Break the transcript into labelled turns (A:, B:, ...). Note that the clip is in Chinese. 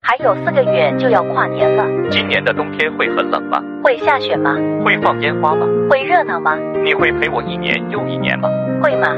A: 还有四个月就要跨年了，
B: 今年的冬天会很冷吧？
A: 会下雪吗？
B: 会放烟花吗？
A: 会热闹吗？
B: 你会陪我一年又一年吗？
A: 会吗？